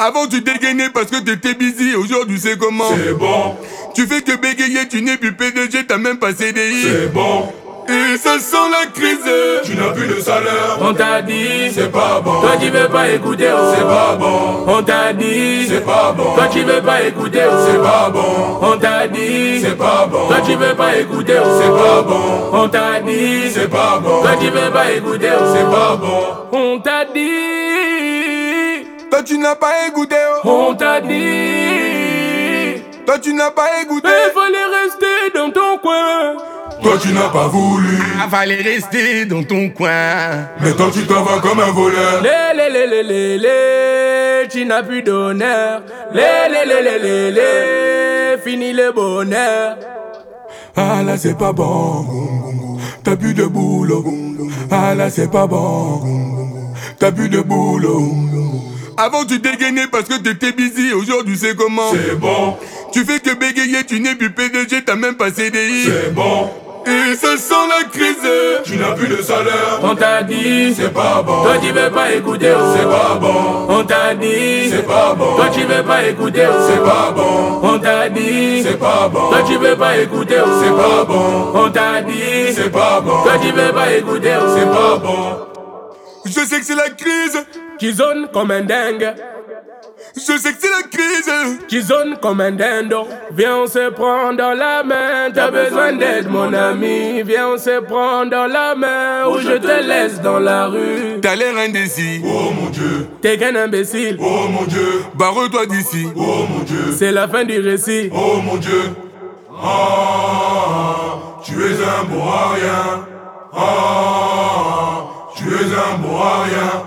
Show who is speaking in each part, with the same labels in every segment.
Speaker 1: Avant, tu dégainais parce que t'étais busy. Aujourd'hui, c'est comment
Speaker 2: C'est bon,
Speaker 1: Tu fais que bégayer, tu n'es plus PDG, t'as même pas CDI.
Speaker 2: c'est bon.
Speaker 1: Et ça sent la crise.
Speaker 2: Tu n'as plus de salaire,
Speaker 3: On t'a dit,
Speaker 2: c'est pas bon.
Speaker 3: toi tu veux pas écouter, oh.
Speaker 2: C'est pas bon,
Speaker 3: On t'a dit,
Speaker 2: c'est pas bon.
Speaker 3: toi tu veux pas écouter, oh.
Speaker 2: C'est pas bon,
Speaker 3: On t'a dit,
Speaker 2: c'est pas bon.
Speaker 3: toi tu veux pas écouter, oh.
Speaker 2: C'est pas bon,
Speaker 3: On t'a dit,
Speaker 2: c'est pas bon.
Speaker 3: toi tu veux pas écouter, oh.
Speaker 2: C'est pas bon,
Speaker 3: On t'a dit,
Speaker 1: Toi, tu n'as pas écouté. oh.
Speaker 3: on t'a dit,
Speaker 1: Toi, tu n'as pas écouté.
Speaker 3: il fallait rester dans ton coin.
Speaker 2: toi tu n'as pas voulu.
Speaker 1: Ah, fallait rester dans ton coin.
Speaker 2: Mais toi tu t'en vas comme un voleur.
Speaker 3: Lé, lé, lé, lé, lé, lé, tu n'as plus d'honneur. Lé, lé, lé, lé, lé, lé, fini le bonheur.
Speaker 2: Ah là c'est pas bon, t'as plus de boulot. Ah là c'est pas bon, t'as plus de boulot.
Speaker 1: Avant, tu dégainais parce que t'étais busy. Aujourd'hui, c'est comment
Speaker 2: C'est bon,
Speaker 1: Tu fais que bégayer, tu n'es plus PDG, t'as même pas CDI.
Speaker 2: c'est bon,
Speaker 1: Et ça sent la crise.
Speaker 2: tu n'as plus de salaire.
Speaker 3: On t'a dit,
Speaker 2: C'est pas bon,
Speaker 3: toi tu veux pas écouter. oh.
Speaker 2: c'est pas bon,
Speaker 3: On t'a dit,
Speaker 2: c'est pas bon.
Speaker 3: toi tu veux pas écouter. oh.
Speaker 2: C'est pas bon,
Speaker 3: On t'a dit,
Speaker 2: c'est pas bon.
Speaker 3: toi tu veux pas écouter. oh.
Speaker 2: C'est pas bon,
Speaker 3: On t'a dit,
Speaker 2: c'est pas bon.
Speaker 3: toi tu veux pas écouter. oh.
Speaker 2: C'est pas bon,
Speaker 1: Je sais que c'est la crise.
Speaker 3: Tu zones comme un dingue.
Speaker 1: Je sais que c'est la crise.
Speaker 3: qui zone comme un dindon. Viens, on se prend dans la main. T'as besoin d'aide, mon ami. Viens, on se prend dans la main. Ou je te laisse dans la rue.
Speaker 1: T'as l'air indécis.
Speaker 2: oh mon Dieu,
Speaker 3: T'es qu'un imbécile.
Speaker 2: oh mon Dieu,
Speaker 1: Barre-toi d'ici.
Speaker 2: oh mon Dieu.
Speaker 3: C'est la fin du récit.
Speaker 2: Oh mon Dieu, ah, tu es un bon à rien. Ah, tu es un bon à rien.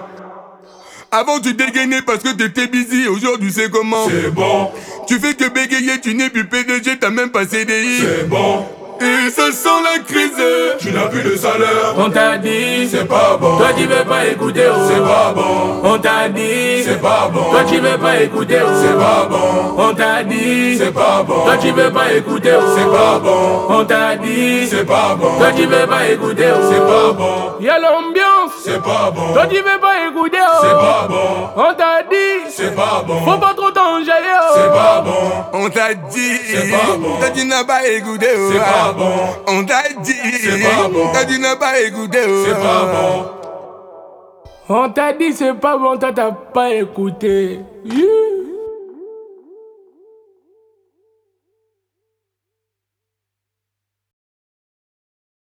Speaker 1: Avant, tu dégainais parce que t'étais busy. Aujourd'hui, c'est comment
Speaker 2: C'est bon,
Speaker 1: Tu fais que bégayer, tu n'es plus PDG, t'as même pas CDI.
Speaker 2: c'est bon,
Speaker 1: Et ça sent la crise.
Speaker 2: tu n'as plus de salaire.
Speaker 3: On t'a dit,
Speaker 2: C'est pas bon,
Speaker 3: toi tu veux pas écouter. oh.
Speaker 2: c'est pas bon,
Speaker 3: On t'a dit,
Speaker 2: c'est pas bon,
Speaker 3: toi tu veux pas écouter. oh.
Speaker 2: c'est pas bon,
Speaker 3: On t'a dit,
Speaker 2: c'est pas bon,
Speaker 3: toi tu veux pas écouter. oh.
Speaker 2: c'est pas bon,
Speaker 3: On t'a dit,
Speaker 2: c'est pas bon,
Speaker 3: toi tu veux pas écouter. oh.
Speaker 2: c'est pas bon,
Speaker 3: Y'a l'ambiance.
Speaker 2: c'est pas bon,
Speaker 3: Toi tu veux pas écouter. oh.
Speaker 2: c'est pas bon,
Speaker 3: On t'a dit,
Speaker 2: c'est pas
Speaker 3: faut
Speaker 2: bon,
Speaker 3: pas trop t'enjailler. oh.
Speaker 2: c'est pas bon.
Speaker 1: On t'a dit.
Speaker 2: C'est pas bon.
Speaker 1: T'as dit n'a pas écouté. oh.
Speaker 2: C'est pas bon.
Speaker 1: On t'a dit.
Speaker 2: C'est pas bon.
Speaker 1: T'as dit n'a pas écouté. oh.
Speaker 2: C'est pas bon.
Speaker 3: On t'a dit c'est pas bon, toi t'as pas écouté. Yuh.